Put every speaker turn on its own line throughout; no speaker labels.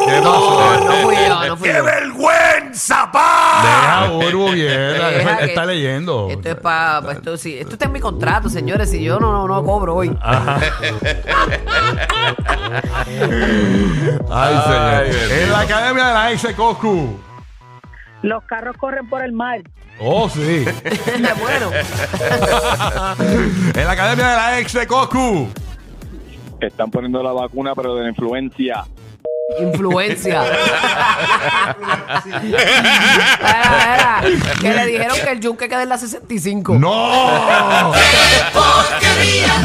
Eh,
No fui yo, no fui yo.
vergüenza, pa! eh, Deja Burbu bien,
Deja que-
está leyendo.
Esto es para. Esto, sí, esto está en mi contrato, señores. Si yo no, no, no cobro hoy.
Ay, señor.
Ay, Dios
en la
mío.
academia de la Ice Coscu.
Los carros corren por el mar.
Oh, sí.
Me muero.
en la academia de la ex Coscu.
Están poniendo la vacuna, pero de la influencia.
Influencia. Era, era, que le dijeron que el yunque queda en la 65.
¡No!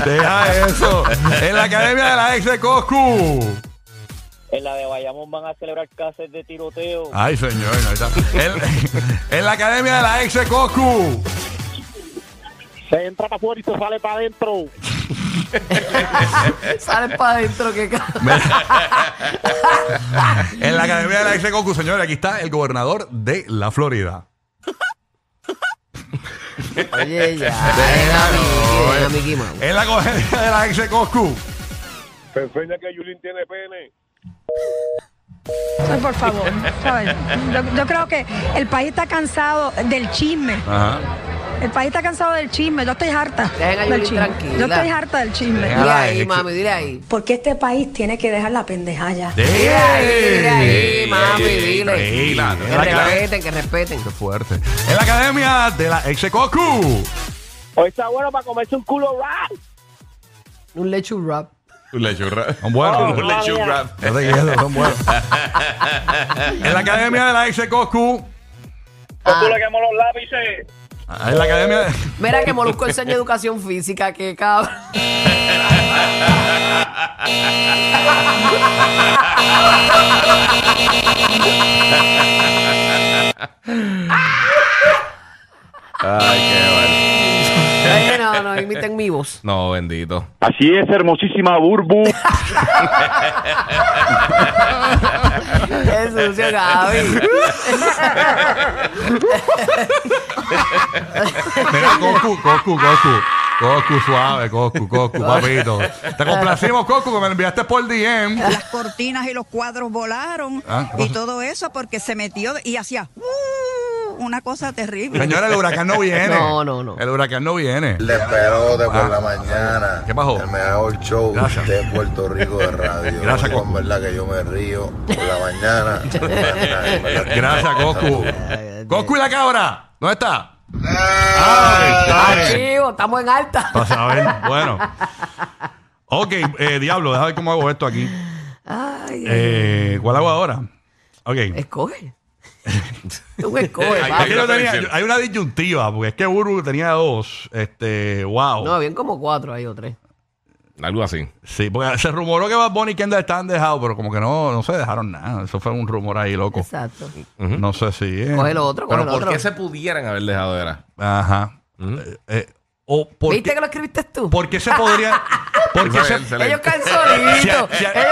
Deja eso. En la academia de la ex Coscu.
En la de Bayamón van a celebrar clases de tiroteo.
Ay, señor. ahí está. En, en la academia de la ex Coscu.
Se entra para afuera y se sale para adentro.
Sale para adentro que ca-
En la academia de la ex Coscu, señores, aquí está el gobernador de la Florida.
Oye, ya. Deja a Mickey, deja a Mickey Mouse.
En la academia de la ex Coscu.
Se enseña que Yulín tiene pene.
Por favor, ¿sabes? Yo, yo creo que el país está cansado del chisme.
Ajá.
El país está cansado del chisme. Yo estoy harta
Dejen a
del
Yulín
chisme.
tranquila.
Yo estoy harta del chisme.
Dejen
Dile
Ah,
ahí,
es que-
mami, dile ahí.
Porque este país tiene que dejar la pendeja ya.
Dile ahí, dile ahí,
Ey,
mami,
ey, ey,
dile.
tranquila,
Que
tranquila.
respeten, que respeten.
Qué fuerte. En la academia de la ex Coscu.
Hoy está bueno para comerse un culo rap.
Un lechu rap.
Un lechurra.
Son buenos.
Un lechurra.
No te quedes, son buenos. En la academia de la ex Coscu.
Tú le quemó los lápices.
Ah, En la academia de.
Mira que Molusco enseña educación física, que cabrón.
Ay, qué bueno.
Ay, no, no, imiten mi voz.
No, bendito.
Así es, hermosísima Burbu.
Es sucio, Gaby.
Mira, Coscu, Coscu, Coscu. Coscu suave, Coscu, Coscu, papito. Te complacimos, Coscu, que me lo enviaste por DM.
Las cortinas y los cuadros volaron
Ah,
y
cosa.
todo eso porque se metió y hacía. "Uh". una cosa terrible.
Señora, el huracán no viene.
No, no,
El huracán no viene.
Le espero de por
Ah.
la mañana.
¿Qué pasó?
El mejor show
Gracias.
de Puerto Rico de radio.
Gracias,
Con verdad que yo me río por la mañana.
Gracias, Goku. Goku y la cabra. ¿Dónde está? Ay,
Archivo, estamos en alta.
Para saber. Bueno. Ok, eh, diablo, déjame ver cómo hago esto aquí.
Ay,
Eh, ¿Cuál hago ahora? Ok.
Escoge. Tú escoges,
Ay,
papi.
es que yo tenía- yo- hay una disyuntiva, porque es que Uru tenía dos. Este, wow.
No, habían como cuatro ahí o tres.
Algo así.
Sí, porque se rumoró que Bad Bunny y Kendall estaban dejados, pero como que no, no se dejaron nada. Eso fue un rumor ahí, loco.
Exacto.
No sé si eh, es.
Coge lo otro, coge
Pero
lo
¿por
otro.
qué se pudieran haber dejado era?
Ajá. Eh, eh, o por
¿Viste
qué-
que lo escribiste tú?
¿Por qué se podría...? ¿Por qué
Sí,
se...?
se- se le-
Ellos caen solitos.
Si
Ellos
a- si a-
caen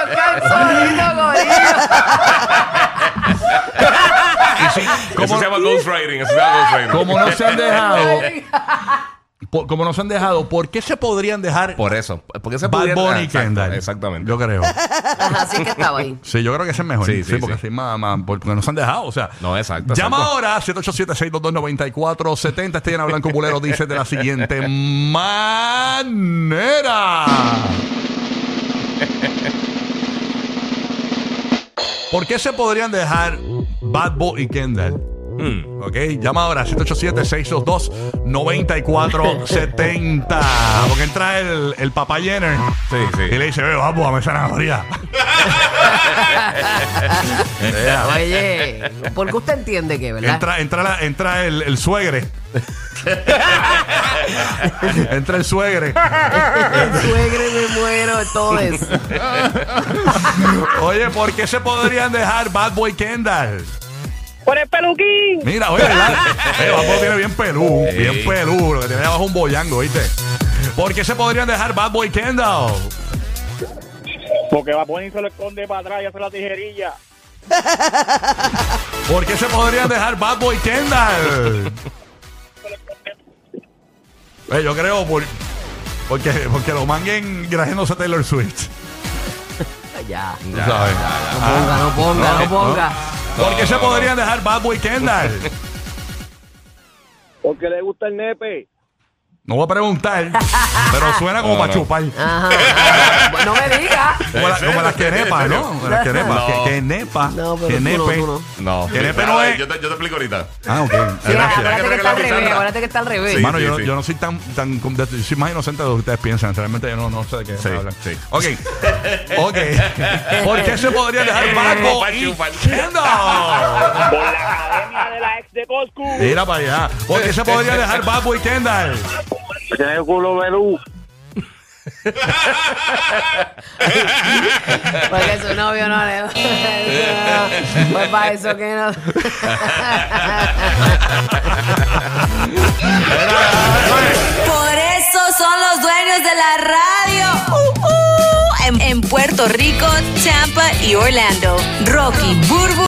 solitos, gordillo.
Eso se llama ghostwriting. Eso se llama ghostwriting.
Como no se han dejado... por- como no se han dejado, ¿por qué se podrían dejar
Por eso. ¿Por qué se
Bad
pudieran- Ah,
Bunny y
Exacto,
Kendall?
Exactamente.
Yo creo.
Así que estaba ahí.
Sí, yo creo que ese es mejor. Sí,
Sí, sí,
porque
sí.
así más, más- porque no se han dejado. O sea,
No, exacto.
llama
exacto.
ahora 787-622-9470. Este llena Blanco Bulero dice de la siguiente manera. ¿Por qué se podrían dejar Bad Boy y Kendall?
Mm.
Ok, llama ahora 787-622-9470. Porque entra el, el papá Jenner
Sí,
y
sí.
le dice: Ve, vamos a besar a María.
Oye, ¿por qué usted entiende que, verdad?
Entra, entra, la- entra el, el suegre. entra el suegre.
El suegre me muero, todo eso.
Oye, ¿por qué se podrían dejar Bad Boy Kendall?
Por el peluquín.
Mira, oye, ¿verdad? Eh, Bad Boy tiene bien pelú,
Sí.
bien pelú, lo que tiene ahí abajo es un boyango, ¿viste? ¿Por qué se podrían dejar Bad Boy Kendall?
Porque va a poner y se lo esconde para atrás y hace la tijerilla.
¿Por qué se podrían dejar Bad Boy Kendall? Eh, yo creo por, porque, porque lo manguen grajeándose a Taylor Swift.
Ya.
tú sabes.
No ponga, no ponga, no ponga.
¿Por qué se podrían dejar Bad Boy Kendall?
Porque le gusta el nepe.
No voy a preguntar, pero suena como
No,
para
no.
chupar.
Ajá, ajá. Bueno, No me digas.
Como, la- como las quenepas, ¿no? Como las quenepas.
No.
Que, quenepa.
No, pero tú
quenepe.
no, tú no.
No.
Que nepe no es-
Yo te, yo te explico ahorita.
Ah, ok.
Sí,
Gracias.
acuérdate que está al revés, acuérdate que está al revés.
Sí,
Mano,
sí,
yo,
sí.
yo no soy tan, tan yo soy más inocente de lo que ustedes piensan. Realmente yo no, no sé de qué
Sí,
hablan.
sí.
Ok. Ok. ¿Por qué se podría
Eh,
dejar Paco
Chupar,
y
chupar.
Kendall?
Por la academia de la ex de Coscu. Este
Mira para allá. ¿Por qué se podría dejar Paco y Kendall?
Tiene el culo velú.
Porque su novio no le Pues para eso que no.
Por eso son los dueños de la radio. Uh, uh. En, en Puerto Rico, Tampa y Orlando. Rocky, Burbu.